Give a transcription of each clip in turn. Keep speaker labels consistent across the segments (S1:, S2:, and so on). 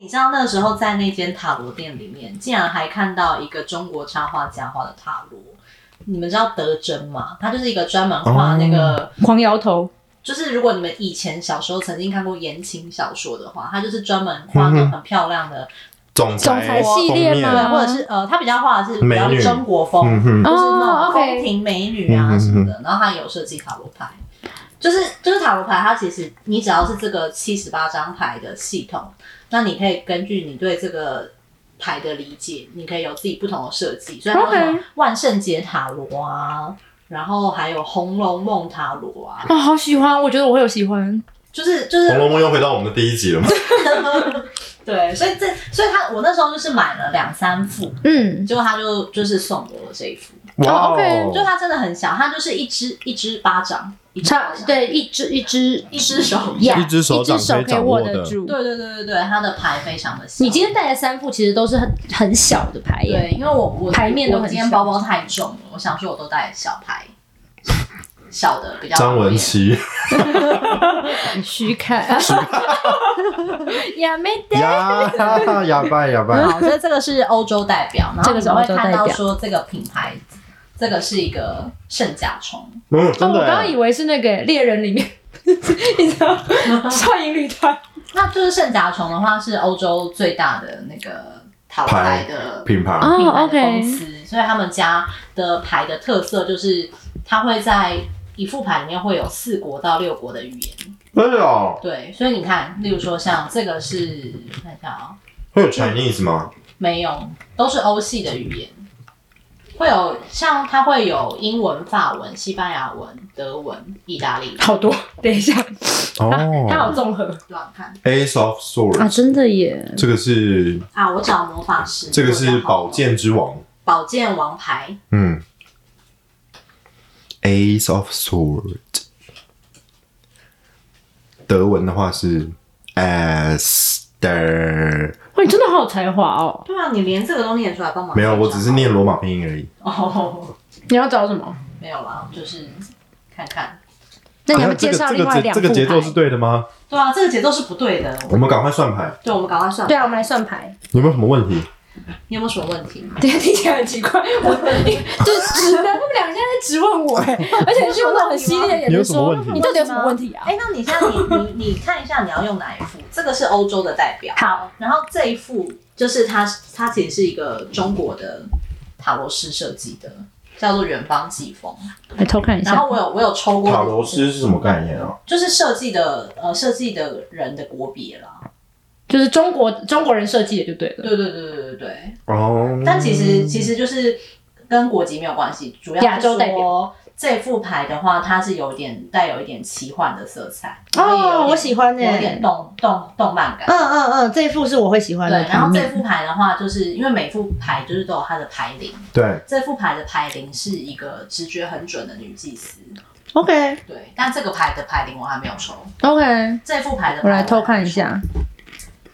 S1: 你知道那时候在那间塔罗店里面，竟然还看到一个中国插画家画的塔罗。你们知道德珍吗？他就是一个专门画那个、
S2: 狂摇头，
S1: 就是如果你们以前小时候曾经看过言情小说的话，他就是专门画那种很漂亮的，
S3: 总
S2: 总裁系列
S3: 封面
S2: 吗
S1: 对，或者是呃，他比较画的是比较
S3: 美女
S1: 中国风，
S3: 嗯哼，嗯
S1: 就是那
S2: 哦
S1: 种宫
S2: ，OK，
S1: 廷美女啊什么的。然后他有设计塔罗牌，就是就是塔罗牌，它其实你只要是这个七十八张牌的系统，那你可以根据你对这个牌的理解，你可以有自己不同的设计。所以它有什么
S2: OK
S1: 万圣节塔罗啊，然后还有红楼梦塔罗啊，
S2: 啊，好喜欢，我觉得我会有喜欢，
S1: 就是就是
S3: 《红楼梦》又回到我们的第一集了吗？
S1: 对，所以这所以他我那时候就是买了两三副，
S2: 嗯，
S1: 结果他就就是送我了这一副，
S2: 哦，OK，
S1: 就它真的很小，它就是一只一只巴掌，一只巴
S2: 差
S1: 掌
S2: 对一只一只
S1: 一只手。
S2: 呀
S4: 一只手掌
S2: 一只手
S4: 可以
S2: 可以
S4: 掌握
S2: 握得
S4: 的
S2: 住。
S1: 对对对对对，它的牌非常的小。
S2: 你今天带的三副其实都是很很小的牌耶，
S1: 对，因为我我
S2: 牌面都很
S1: 我今天
S2: 小
S1: 包包太重了，我想说我都带小牌， 小的比较
S3: 张文琪，
S2: 许 凯，亚美 的，
S4: 呀哑巴哑
S2: 哦
S4: 巴，
S1: 好，所以这个是欧洲代表，然后
S2: 这
S1: 你
S2: 个是
S1: 们会
S2: 欧洲代
S1: 看
S2: 表
S1: 到说这个品牌，这个是一个圣甲虫，
S3: 嗯，
S2: 哦，
S3: 真
S2: 我
S3: 的
S2: 刚刚
S3: 耶，
S2: 以为是那个猎人里面， 你知道少影旅团，
S1: 那就是圣甲虫的话是欧洲最大的那个塔罗牌的
S3: 品牌
S2: 哦
S1: 品牌的
S2: OK
S1: 公司，所以他们家的牌的特色就是它会在一副牌里面会有四国到六国的语言。
S3: 哎呦，
S1: 对，所以你看，例如说像这个是看一下啊、
S3: 会有 Chinese 吗？
S1: 没有，都是欧系的语言，会有像它会有英文、法文、西班牙文、德文、意大利文，
S2: 好多。等一下，它
S3: 哦
S2: 好综合
S1: 乱看
S3: ，Ace of Swords，
S2: 啊真的耶，
S3: 这个是
S1: 啊！我找魔法师，
S3: 这个是
S1: 我找好
S3: 宝
S1: 了
S3: 剑之王，
S1: 宝剑王牌，
S3: 嗯，Ace of Sword，德文的话是 Esther，
S2: 哇，你真的好有才华哦！
S1: 对啊，你连这个都念出来，帮忙
S3: 没有，
S1: 找
S3: 我只是念罗马拼音而已。
S1: 哦，
S2: 你要找什么？
S1: 没有啦，就是看看。
S2: 那你
S3: 等
S2: 要
S3: 一
S2: 不
S3: 下
S2: 要介绍
S3: 啊这
S2: 另
S3: 个
S2: 外
S3: 这个节这个
S2: 两副牌？
S3: 节奏是对的吗？
S1: 对啊，这个节奏是不对的。
S3: 我们赶快算牌，
S1: 对，我们赶快算。
S2: 对啊，我们来算 牌。
S3: 有没有什么问题？
S1: 你有没有什么问 题？
S2: 对，听起来很奇怪，我 就是直男，他们两个现在在质问我，哎，而且是用那种很犀利的眼
S4: 你有
S2: 神
S4: 什么
S2: 说
S4: 问：“题
S2: 你到底有什么问题啊
S1: 哎、那你现在你你你看一下，你要用哪一副？这个是欧洲的代表？”，
S2: 好，
S1: 然后这一副就是它它其实是一个中国的塔罗师设计的，叫做远方季风。
S2: 来偷看一
S1: 然。后我有我有抽过，
S3: 塔罗师是什么概念啊？
S1: 就是设计的呃设计的人的国别啦。
S2: 就是中国中国人设计的就对了，
S1: 对对对对对对。
S3: 哦，
S1: 但其实其实就是跟国籍没有关系，主要
S2: 嗯亚洲代
S1: 表这副牌的话，它是有点带有一点奇幻的色彩
S2: 哦我喜欢
S1: 呢，
S2: 呢
S1: 有点动动动漫感。
S2: 嗯嗯，这一副是我会喜欢
S1: 对，然后这副牌的话，就是因为每副牌就是都有它的牌灵，
S3: 对，
S1: 这副牌的牌灵是一个直觉很准的女祭司，
S2: OK
S1: 对，但这个牌的牌灵我还没有抽，
S2: OK，
S1: 这副牌的牌
S2: 我来
S1: 还没
S2: 偷看
S1: 有
S2: 一
S1: 抽，
S2: 下。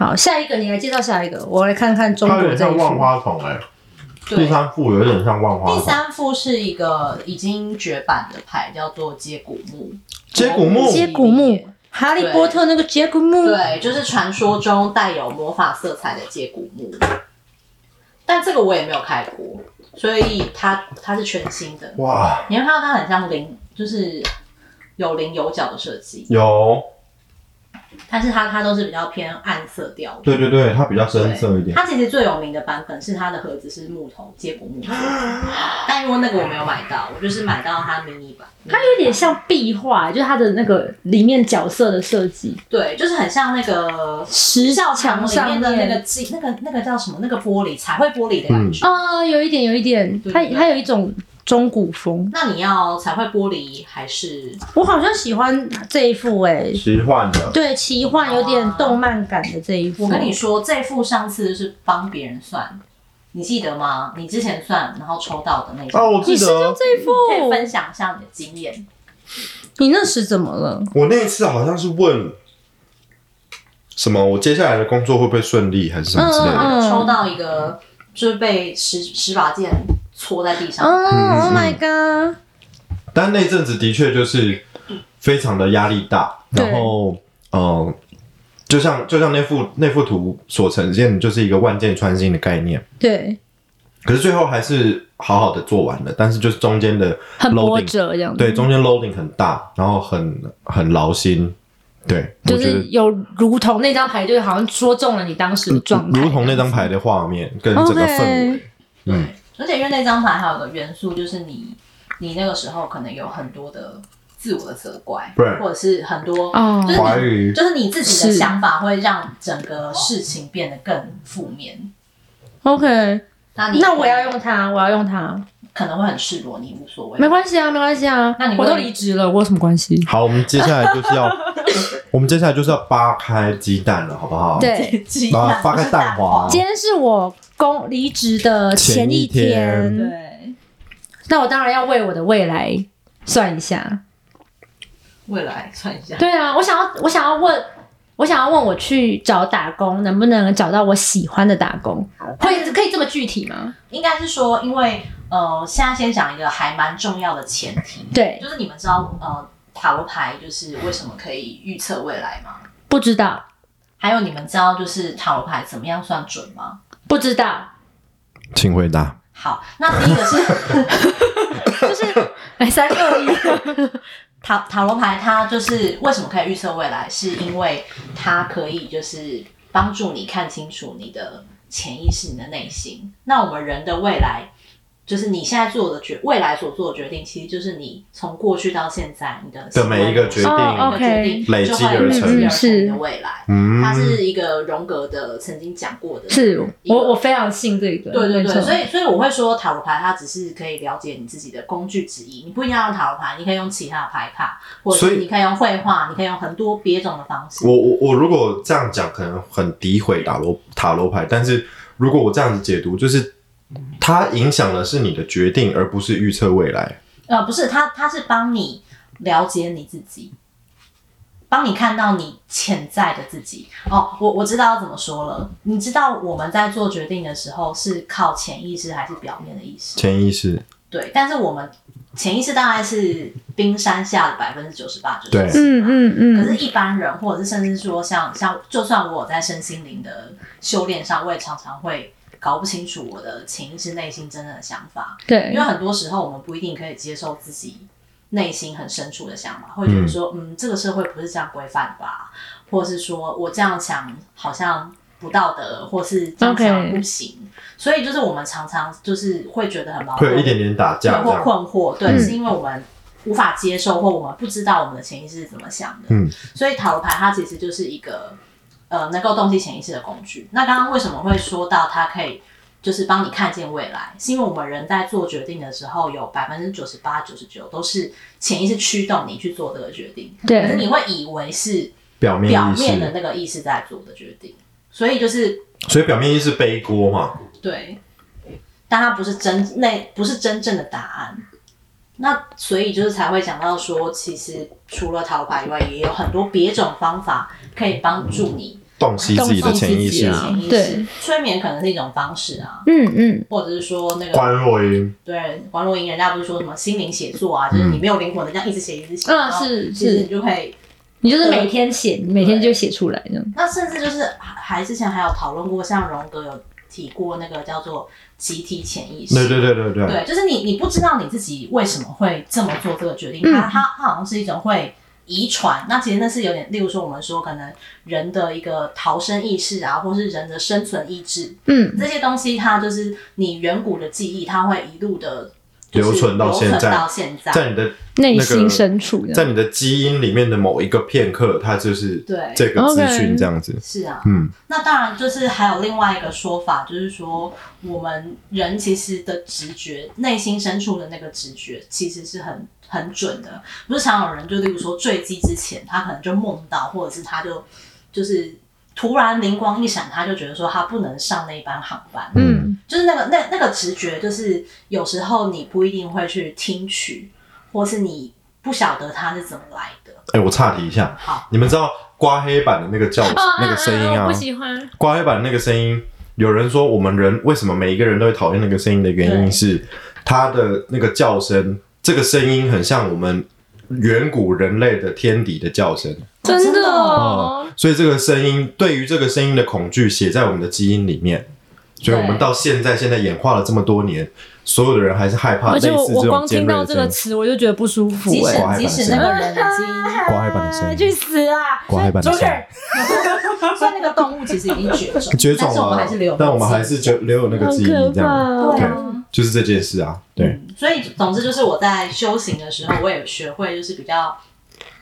S2: 好，下一个你来介绍下一个，我来看看中
S3: 它有
S2: 国
S3: 点
S2: 这一
S3: 像万花
S2: 副。
S3: 筒哎，第
S1: 对。
S3: 三副有点像万花
S1: 第
S3: 筒，
S1: 三副是一个已经绝版的牌，叫做接骨木。
S3: 接骨木
S2: 接骨木哈利波特那个杰古木，
S1: 对，就是传说中带有魔法色彩的接骨木，但这个我也没有开过，所以它它是全新的。
S3: 哇，
S1: 你会看到它很像菱，就是有棱有角的设计，
S3: 有，
S1: 但是它它都是比较偏暗色调的。
S3: 对对对，它比较深色一点。
S1: 它其实最有名的版本是它的盒子是木头接骨木头，但因为那个我没有买到，我就是买到它迷你版。嗯
S2: 它有点像壁画，就是它的那个里面角色的设计，
S1: 对，就是很像那个
S2: 石
S1: 教
S2: 墙
S1: 堂里
S2: 上
S1: 面的那个镜，那个那个叫什么？那个玻璃彩绘玻璃的感觉。
S2: 啊、有一点，有一点，
S1: 对
S2: 它
S1: 对对
S2: 它有一种中古风。
S1: 那你要彩绘玻璃还是
S2: 我好像喜欢这一副哎、
S3: 奇幻的，
S2: 对，奇幻有点动漫感的这一副。
S1: 我跟你说，这副上次就是帮别人算，你记得吗？你之前算然后抽到的那
S3: 啊，
S1: 个，
S3: 我
S2: 你
S3: 记
S2: 是用
S3: 得
S2: 这一副，
S1: 可以分享一下你的经验。
S2: 你那时怎么了？
S3: 我那一次好像是问什么，我接下来的工作会不会顺利，还是什么之类
S2: 嗯
S3: 的。
S1: 然后抽到一个就是被十十把剑戳在地上，
S2: 嗯
S3: 嗯
S2: 哦、o h my Oh god！
S3: 但那阵子的确就是非常的压力大，
S2: 对
S3: 然后嗯、呃就像就像那幅那幅图所呈现的，就是一个万箭穿心的概念。
S2: 对，
S3: 可是最后还是好好的做完了，但是就是中间的
S2: 很波
S3: loading，
S2: 折这样子。
S3: 对，中间 loading 很大，然后很很劳心，对，我
S2: 就
S3: 觉
S2: 是
S3: 得
S2: 有如同那张牌，就好像说中了你当时的状态，
S3: 如同那张牌的画面
S2: 哦
S3: 跟整个氛围
S2: OK
S1: 对，
S3: 嗯
S1: 而且因为那张牌还有个元素，就是你你那个时候可能有很多的自我的责怪，
S3: 对
S1: 或者是很多
S2: 哦
S1: 就是
S3: 怀
S1: 你
S3: 疑，
S1: 就是你自己的
S2: 是
S1: 想法会让整个事情变得更负面。
S2: OK，
S1: 那你
S2: 那我要用它，我要用它，
S1: 可能会很示弱，你无所谓，
S2: 没关系啊，没关系啊。
S1: 那你会
S2: 我都离职了，我有什么关系？
S3: 好，我们接下来就是 要，我们接下来就是要扒开鸡蛋了，好不好？，
S2: 对，
S1: 系
S3: 把它发开蛋黄
S2: 今天是我公离职的前一
S3: 前一
S2: 天，
S1: 对，
S2: 那我当然要为我的未来算一下。
S1: 未来算一下，
S2: 对啊，我想要，我想要问，我想要问，我去找打工能不能找到我喜欢的打工？会可以这么具体吗？
S1: 应该是说，因为呃，现在先讲一个还蛮重要的前提，
S2: 对，
S1: 就是你们知道呃，塔罗牌就是为什么可以预测未来吗？
S2: 不知道，
S1: 还有你们知道就是塔罗牌怎么样算准吗？
S2: 不知道，
S3: 请回答。
S1: 好，那第一个是哎
S2: 来三二一，
S1: 塔塔罗牌，它就是为什么可以预测未来，是因为它可以就是帮助你看清楚你的潜意识、你的内心。那我们人的未来，就是你现在做的决，未来所做的决定，其实就是你从过去到现在你的
S3: 的每一个决定
S2: 哦
S1: 每一个决定
S3: 累积
S1: 就会
S3: 而成
S1: 累积
S2: 是
S1: 你的未来。
S3: 嗯，
S1: 它是一个荣格的曾经讲过的，
S2: 是我我非常信这个，
S1: 对对
S2: 没
S1: 对，
S2: 错
S1: 所以所以我会说塔罗牌它只是可以了解你自己的工具之一，你不一定要用塔罗牌，你可以用其他的牌卡，或者
S3: 所
S1: 是
S3: 以
S1: 你可以用绘画，你可以用很多别种的方式。
S3: 我我我如果这样讲，可能很诋毁塔罗塔罗牌，但是如果我这样子解读，就是它影响的是你的决定，而不是预测未来。
S1: 呃，不是，它它是帮你了解你自己，帮你看到你潜在的自己。哦，我我知道要怎么说了。你知道我们在做决定的时候是靠潜意识还是表面的意识？
S3: 潜意识，
S1: 对，但是我们潜意识大概是冰山下的百分之九十八，
S3: 对
S2: 嗯嗯
S1: 可是，
S2: 嗯，
S1: 一般人，或者是甚至说像像，就算我有在身心灵的修炼上，我也常常会搞不清楚我的潜意识、内心真正的想法，因
S2: 对
S1: 为，很多时候我们不一定可以接受自己内心很深处的想法，会觉得说，嗯这个社会不是这样规范吧，或者是说我这样想好像不道德，或是这样
S2: OK
S1: 想不行所以就是我们常常就是会觉得很矛
S3: 会
S1: 盾，
S3: 有一点点打架
S1: 对
S3: 这
S1: 或
S3: 样。
S1: 困惑，对，
S2: 嗯
S1: 是因为我们无法接受或我们不知道我们的潜意识是怎么想的。
S3: 嗯，
S1: 所以塔罗牌它其实就是一个呃能够洞悉潜意识的工具。那刚刚为什么会说到它可以就是帮你看见未来？是因为我们人在做决定的时候，有百分之九十八、九十九都是潜意识驱动你去做这个决定，可是
S2: 对，
S1: 你会以为是
S3: 表面
S1: 表
S3: 意
S1: 面的
S3: 识，
S1: 那个意识在做的决定，所以就是
S3: 所以表面意识背锅嘛。
S1: 对，但它不是真那不是真正的答案。那所以就是才会讲到说，其实除了塔罗牌以外，也有很多别种方法可以帮助你
S3: 洞悉自己的潜意识
S2: 洞悉自己，啊
S1: 潜意识
S2: 对。
S1: 催眠可能是一种方式啊，
S2: 嗯嗯，
S1: 或者是说那个
S3: 关若英，
S1: 对王若英，人家不是说什么心灵写作
S3: 嗯
S1: 啊，就是你没有灵魂的这样一直写一直写，
S2: 嗯
S1: 然后
S2: 是
S1: 其实
S2: 是
S1: 你就可以
S2: 你就是每天写，你每天就写出来这样。
S1: 那甚至就是还之前还有讨论过，像荣格有提过那个叫做集体潜意识，
S3: 对对对对对，
S1: 对，就是你你不知道你自己为什么会这么做这个决定，
S3: 嗯
S1: 它它它好像是一种会遗传。那其实那是有点，例如说我们说可能人的一个逃生意识啊，或是人的生存意志
S2: 嗯，
S1: 这些东西，它就是你远古的记忆，它会一路的就是
S3: 留存到现在
S1: 留存到现在。
S3: 在你的
S2: 内
S3: 那
S2: 心
S3: 个
S2: 深处这
S3: 在
S2: 样。
S3: 你的基因里面的某一个片刻，它就是
S1: 对
S3: 这个资
S2: OK
S3: 讯这样子。
S1: 是啊，
S3: 嗯，
S1: 那当然就是还有另外一个说法，就是说我们人其实的直觉，内心深处的那个直觉其实是很很准的。不是常有人就例如说坠机之前，他可能就梦到，或者是他就就是突然灵光一闪，他就觉得说他不能上那一班航班，
S2: 嗯，
S1: 就是那个那那个直觉，就是有时候你不一定会去听取，或是你不晓得它是怎么来的。
S3: 哎、我岔题一下，
S1: 好，
S3: 你们知道刮黑板的那个叫、那个声音啊？
S2: 嗯哦我不喜欢。
S3: 刮黑板那个声音，有人说我们人为什么每一个人都会讨厌那个声音的原因是，它的那个叫声这个声音很像我们远古人类的天敌的叫声，
S2: 真
S1: 真
S2: 的
S1: 的
S2: 哦
S3: 哦，所以这个声音对于这个声音的恐惧写在我们的基因里面，所以我们
S1: 对
S3: 到现在现在演化了这么多年，所有的人还是害怕
S5: 而
S3: 类
S5: 且我
S3: 似
S5: 我
S3: 这
S5: 光
S3: 种尖
S5: 听
S3: 锐
S5: 到
S3: 的
S5: 这
S3: 声
S5: 个
S3: 音。
S5: 词，我就觉得不舒服、
S1: 即使
S5: 哎，
S3: 我还
S1: 即使那个人的基因，
S5: 国海版的声音
S2: 去死啊！
S5: 国海版的
S2: 周
S5: 声音
S2: 凯，
S1: 所以那个动物其实已经绝种，
S3: 绝种
S1: 但是我们
S3: 了
S1: 还是留，，
S3: 但我们还是就留有那个
S5: 好
S3: 记忆，
S5: 可怕
S3: 这样
S2: 嗯
S5: 哦、
S1: 对
S3: 对
S1: 啊。
S3: 就是这件事啊。对，
S1: 嗯所以总之就是我在修行的时候，我也学会就是比较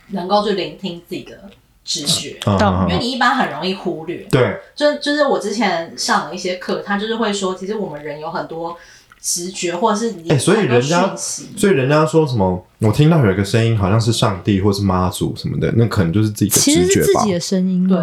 S1: 能够去聆听自己的直觉，
S3: 嗯
S2: 懂
S3: 嗯
S1: 因为
S3: 嗯
S1: 你一般很容易忽略。
S3: 对，
S1: 就就是我之前上了一些课，他就是会说，其实我们人有很多直觉，或者是你
S3: 哎所以
S1: 很多
S3: 人家
S1: 讯息
S3: 所以人家说什么，我听到有一个声音，好像是上帝或是妈祖什么的，那可能就是自己的
S5: 其实
S3: 直
S5: 是
S3: 觉
S5: 自
S3: 吧。
S5: 己的声音，
S1: 对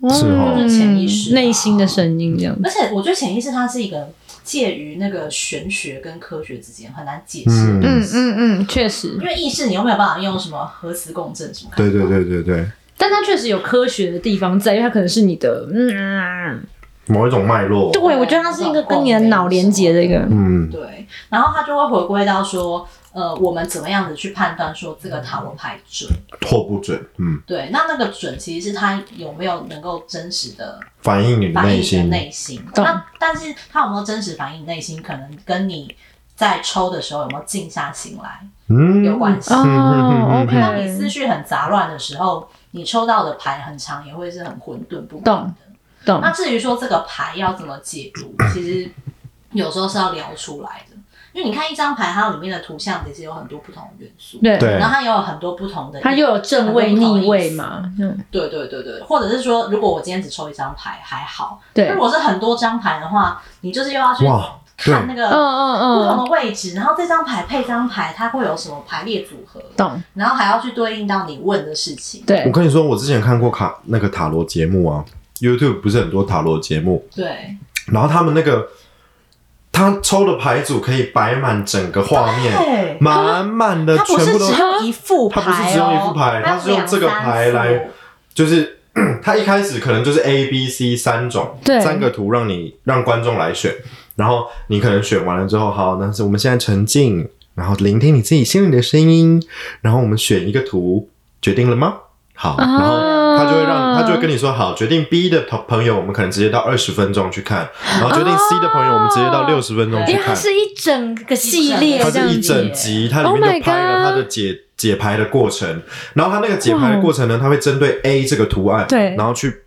S5: 对
S3: 是哦
S2: 嗯
S3: 嗯
S1: 就是潜意识啊
S5: 内心的声音这样子。
S1: 而且我觉得潜意识它是一个介于那个玄学跟科学之间很难解释
S3: 嗯
S1: 的，
S2: 嗯嗯嗯，确实
S1: 因，为意识你又没有办法用什么核磁共振什么。
S3: 对对。对对对，
S2: 但它确实有科学的地方在，因为它可能是你的，嗯，
S3: 某一种脉络。
S2: 对，我觉得它是一个跟你的脑连接的一个，
S3: 嗯，
S1: 对，然后它就会回归到说，呃，我们怎么样子去判断说这个塔罗牌准？
S3: 或不准，嗯，
S1: 对，那那个准其实是它有没有能够真实的
S3: 反映你的
S1: 反映你
S3: 内
S1: 的
S3: 心。
S1: 内心。
S2: 懂
S1: 那但是它有没有真实反映你内心，可能跟你在抽的时候有没有静下心来
S3: 嗯，
S1: 有关系。
S2: 哦
S3: 嗯嗯嗯嗯
S2: ，OK，
S1: 当你思绪很杂乱的时候，你抽到的牌很长，也会是很混沌不明
S2: 懂
S1: 的。
S2: 懂
S1: 那，至于说这个牌要怎么解读，其实有时候是要聊出来的。因为你看一张牌，它里面的图像其实有很多不同的元素，
S2: 对，
S3: 对
S1: 然后它也有很多不同的，
S2: 它又有正位逆位嘛，嗯，
S1: 对对对对，或者是说，如果我今天只抽一张牌还好，
S2: 对，
S1: 如
S2: 嗯
S1: 果是很多张牌的话，你就是又要去
S3: 哇，
S1: 看那个不
S2: 嗯
S1: 同
S2: 嗯，
S1: 的位置，然后这张牌配这张牌，它会有什么排列组合，
S2: 懂，
S1: 然后还要去对应到你问的事情，
S3: 我
S2: 对，
S3: 跟你说，我之前看过卡那个塔罗节目啊，YouTube 不是很多塔罗节目，
S1: 对，
S3: 然后他们那个他抽的牌组可以摆满整个画面，
S1: 对，
S3: 满满的
S1: 它不
S3: 呃全
S1: 是
S3: 部都
S1: 只有一副牌、哦，
S3: 它不是只有一副牌它是用这个牌来
S1: 有两三副
S3: 就是。 他一开始可能就是 A、B、C 三种，
S2: 对
S3: 三个图让你让观众来选，然后你可能选完了之后，好，那是我们现在沉浸，然后聆听你自己心里的声音，然后我们选一个图，决定了吗？好，
S2: 啊
S3: 然后他就会让他就会跟你说，好，决定 B 的朋朋友，我们可能直接到二十分钟去看，然后决定 C 的朋友，我们直接到六十分钟去
S2: 因为它
S3: 看，
S2: 是一整个系列
S3: 它
S2: 这
S3: 是
S2: 样
S3: 一
S2: 子，
S3: 整集，它里
S5: Oh my
S3: 面就拍
S5: God
S3: 了它的解解牌的过程，然后它那个解牌的过程呢，它会针对 A 这个图案，
S5: 对
S3: 然后去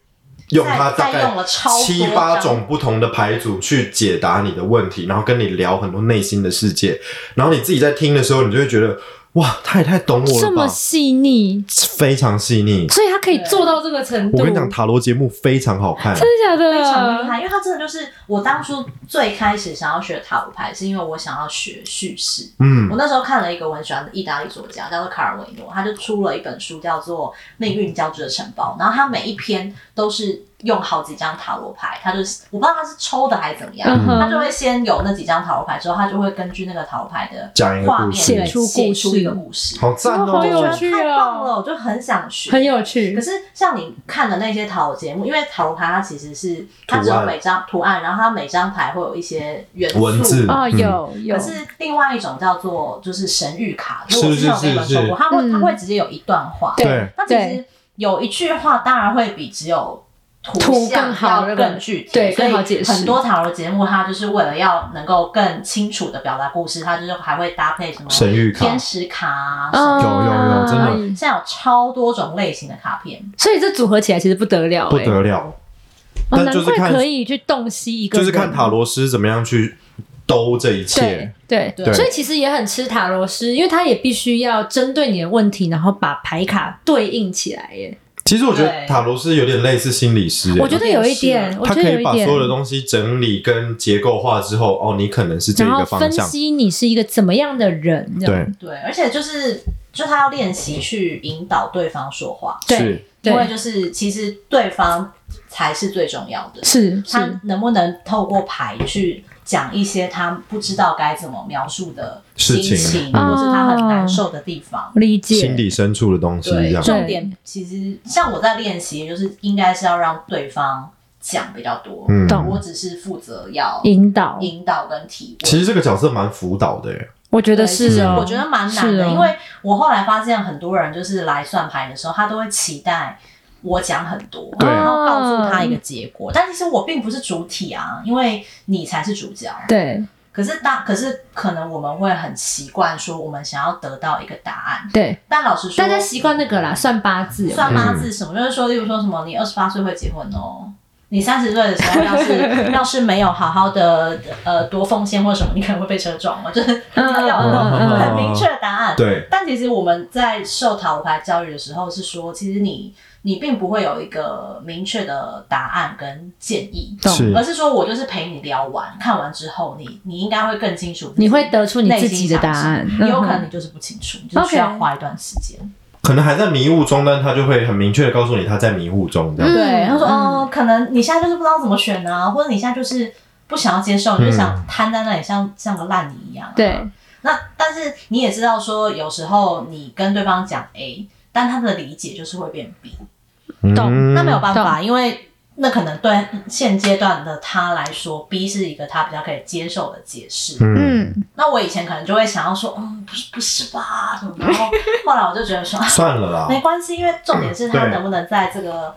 S3: 用它大
S1: 再
S3: 概
S1: 再用了超多
S3: 七八种不同的牌组去解答你的问题，然后跟你聊很多内心的世界，然后你自己在听的时候，你就会觉得哇，他也太懂我
S5: 这
S3: 了
S5: 么
S3: 吧，
S5: 细腻，
S3: 非常细腻。
S5: 所以它可以做到这个程度。
S3: 我跟你讲，塔罗节目非常好看，
S5: 真的
S1: 非常厉
S5: 假的？
S1: 害，因为它真的就是我当初最开始想要学塔罗牌，是因为我想要学叙事。
S3: 嗯
S1: 我那时候看了一个我很喜欢的意大利作家，叫做卡尔维诺，他就出了一本书叫做《命运交织的城堡》，然后他每一篇都是用好几张塔罗牌，他就是我不知道他是抽的还是怎么样，
S5: 嗯哼
S1: 他就会先有那几张塔罗牌，之后他就会根据那个塔罗牌的
S3: 讲一个
S1: 画
S3: 故
S1: 面
S3: 事
S1: 对
S5: 写出
S1: 写
S5: 故
S1: 出
S5: 事
S1: 一个故事，
S3: 好赞
S5: 哇好
S3: 哦！
S5: 有
S1: 我
S5: 趣
S1: 觉得太
S5: 哦
S1: 棒了，我就很想学，
S2: 很有
S1: 可
S2: 趣，
S1: 是像你看的那些塔罗节目，因为塔罗牌它其实是它只
S3: 图
S1: 有
S3: 案
S1: 每张图案，然后它每张牌会有一些元素
S3: 文字
S5: 哦，
S3: 嗯
S5: 有有
S1: 可，是另外一种叫做就是神谕卡，
S3: 是
S1: 就我之前有
S3: 是
S1: 跟你们
S3: 是
S1: 说过，它会
S5: 嗯
S1: 它会直接有一段话。
S3: 对，
S1: 那其实有一句话当然会比只有
S2: 图
S1: 图
S2: 更
S1: 像
S2: 好
S1: 要更具体，
S2: 对
S1: 所以
S2: 更好解释
S1: 很多塔罗节目它就是为了要能够更清楚的表达故事，它就是还会搭配什么
S3: 神谕卡
S1: 天使卡啊什么
S2: 哦
S5: 啊
S1: 的。
S3: 有有真
S2: 嗯
S3: 的
S1: 现在有超多种类型的卡片，
S2: 所以这组合起来其实不得了，
S3: 不
S2: 哎
S3: 得了，
S2: 哦，
S3: 但
S2: 难
S3: 就是
S2: 怪
S3: 看
S2: 可以去洞悉一个
S3: 就
S2: 人，
S3: 是看塔罗师怎么样去兜这一
S2: 对
S3: 切。
S5: 对
S1: 对
S2: 所以其实也很吃塔罗师，因为他也必须要针对你的问题，然后把牌卡对应起来耶。
S3: 其实我觉得
S1: 对
S3: 塔罗师有点类似心理师，欸
S2: 我觉得有一点，我
S3: 他
S2: 觉
S3: 可
S2: 得有
S3: 以
S2: 一
S3: 把所有的
S2: 点，
S3: 东西整理跟结构化之后，哦，你可能是这
S2: 然
S3: 一
S2: 后
S3: 个方
S2: 分
S3: 向。
S2: 析你是一个怎么样的人，这样
S3: 对，
S1: 对，而且就是就他要练习去引导对方说话，
S2: 对
S1: 因为
S2: 对
S1: 就是其实对方才是最重要的，
S2: 是是
S1: 他能不能透过牌去讲一些他不知道该怎么描述的
S3: 事
S1: 心
S3: 情
S1: 情，
S2: 嗯
S1: 或是他很难受的地方。
S2: 理
S3: 心
S2: 解，
S3: 底深处的东西这
S1: 对，
S3: 样。
S1: 重点其实像我在练习，就是应该是要让对方讲比较多，
S3: 嗯，
S2: 懂
S1: 我只是负责要
S2: 引导。
S1: 引导跟提问。
S3: 其实这个角色蛮辅导的耶，欸
S2: 我觉得
S1: 对其
S2: 是
S1: 实
S2: 哦，
S1: 我觉得蛮难
S2: 是
S1: 的，
S2: 哦
S1: 因为我后来发现很多人就是来算牌的时候，他都会期待我讲很多，
S3: 对
S1: 然后告诉他一个结果，但其实我并不是主体啊，因为你才是主角。
S2: 对
S1: 可是当可是可能我们会很习惯说，我们想要得到一个答案，
S2: 对，
S1: 但老实说，
S2: 大家习惯那个啦，算八字有没有
S1: 算八字什么，就是说，例如说什么，你二十八岁会结婚哦。你三十岁的时候，要 是要是没有好好的呃多奉献或什么，你可能会被车撞嘛，哦就是
S2: 嗯
S1: 要有那种
S3: 嗯
S1: 很明确的答案。
S3: 对，
S1: 但其实我们在受塔罗牌教育的时候，是说其实你你并不会有一个明确的答案跟建议，
S2: 嗯懂
S3: 是
S1: 而是说我就是陪你聊完，看完之后你，你应该会更清楚自己，
S2: 你会得出你自己的答案
S1: 内心想什么有可
S2: 嗯
S1: 能你就是不清楚，你就是需要
S2: OK
S1: 花一段时间。
S3: 可能还在迷雾中，但他就会很明确的告诉你他在迷雾中这样。
S1: 对，他说、
S2: 嗯
S1: 哦，可能你现在就是不知道怎么选啊，或者你现在就是不想要接受，你就想摊在那里像像个烂泥一样、啊
S2: 对。
S1: 那但是你也知道说，有时候你跟对方讲 A，但他的理解就是会变 B，
S2: 嗯
S3: 嗯
S2: 懂
S1: 那没有办法，因为那可能对现阶段的他来说，B 是一个他比较可以接受的解释。
S3: 嗯，
S2: 嗯，
S1: 那我以前可能就会想要说，嗯，不是不是吧，什么然后后来我就觉得 说，啊
S3: 算了啦，
S1: 没关系，因为重点是他
S3: 对
S1: 能不能在这个。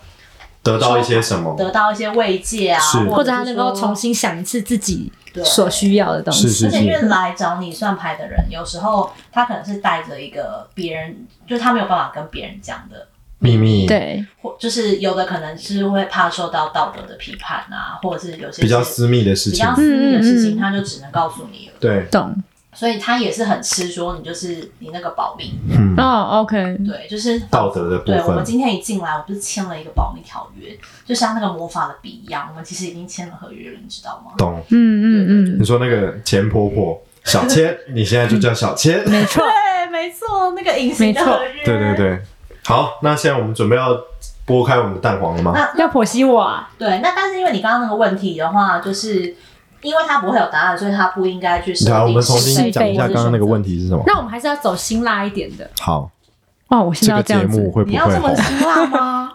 S3: 得到一些什么？
S1: 得到一些慰藉啊，
S3: 是
S2: 或
S1: 者
S2: 者他
S1: 是
S2: 能够
S1: 说
S2: 重新想一次自己
S1: 对
S2: 所需要的东西。
S3: 是是
S1: 而且因为
S3: 是，
S1: 来找你算牌的人，有时候他可能是带着一个别人，就是他没有办法跟别人讲的，
S3: 秘密，
S2: 对，
S1: 或就是有的可能是会怕受到道德的批判啊，或者是有些
S3: 比较
S1: 是
S3: 私密的事
S1: 比
S3: 情
S1: 较。私密的事
S2: 嗯嗯
S1: 情，
S2: 嗯
S1: 他就只能告诉你了，
S3: 对，
S2: 懂
S1: 所以他也是很吃说你就是你那个保密，
S3: 嗯，
S2: 哦，OK，
S1: 对，就是
S3: 道德的部
S1: 对，我们
S3: 分，
S1: 今天一进来，我不是签了一个保密条约，就像那个魔法的笔一样，我们其实已经签了合约了，你知道吗？
S3: 懂？
S2: 嗯嗯嗯，
S3: 你说那个钱婆婆小 千，你现在就叫小千，
S2: 没错，
S1: 对，没错，那个隐形的
S2: 没错
S1: 合约，
S3: 对对对。好，那现在我们准备要剥开我们的蛋黄了吗？
S1: 那
S2: 要剖析我啊，
S1: 对，那但是因为你刚刚那个问题的话，就是因为他不会有答案，所以他不应该去设
S3: 对啊，
S1: 定。
S3: 我们重新
S2: 是
S3: 讲一下
S2: 非
S3: 刚刚那个问题是什么。
S2: 那我们还是要走辛辣一点的。
S3: 好，
S2: 哇，我现
S3: 这
S2: 在
S3: 个
S2: 要
S3: 节
S2: 这样
S3: 目
S2: 子，
S3: 会不
S1: 你要
S3: 会
S1: 这么
S3: 红？
S1: 辛辣 吗？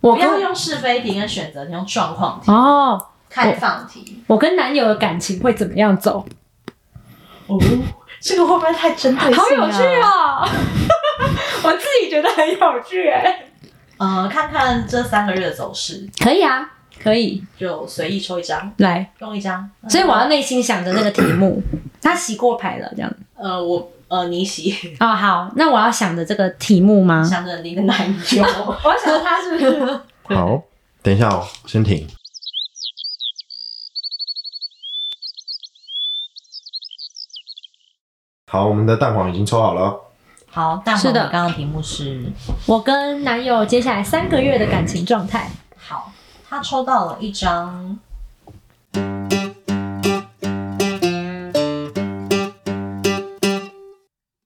S2: 我
S1: 不要
S2: 跟
S1: 用是非题跟选择题，用状况题、
S2: 哦，
S1: 开放题。
S2: 我跟男友的感情会怎么样走？
S1: 哦，这个会不会太针对性、啊？
S2: 好有趣！哦！我自己觉得很有趣哎。
S1: 呃，看看这三个月的走势，
S2: 可以啊，可以
S1: 就随意抽一张，
S2: 来。
S1: 用一张。
S2: 所以我要内心想着那个题目，他洗过牌了这样。
S1: 呃，我呃，你喜
S2: 哦，好，那我要想着这个题目吗？
S1: 想着你的男友，
S2: 我要想他是不是？
S3: 好，等一下哦，先停。好，我们的蛋黄已经抽好了。 哦
S1: 好，但
S2: 是的
S1: 刚刚题目是
S2: 我跟男友接下来三个月的感情状态，
S1: 好，他抽到了一张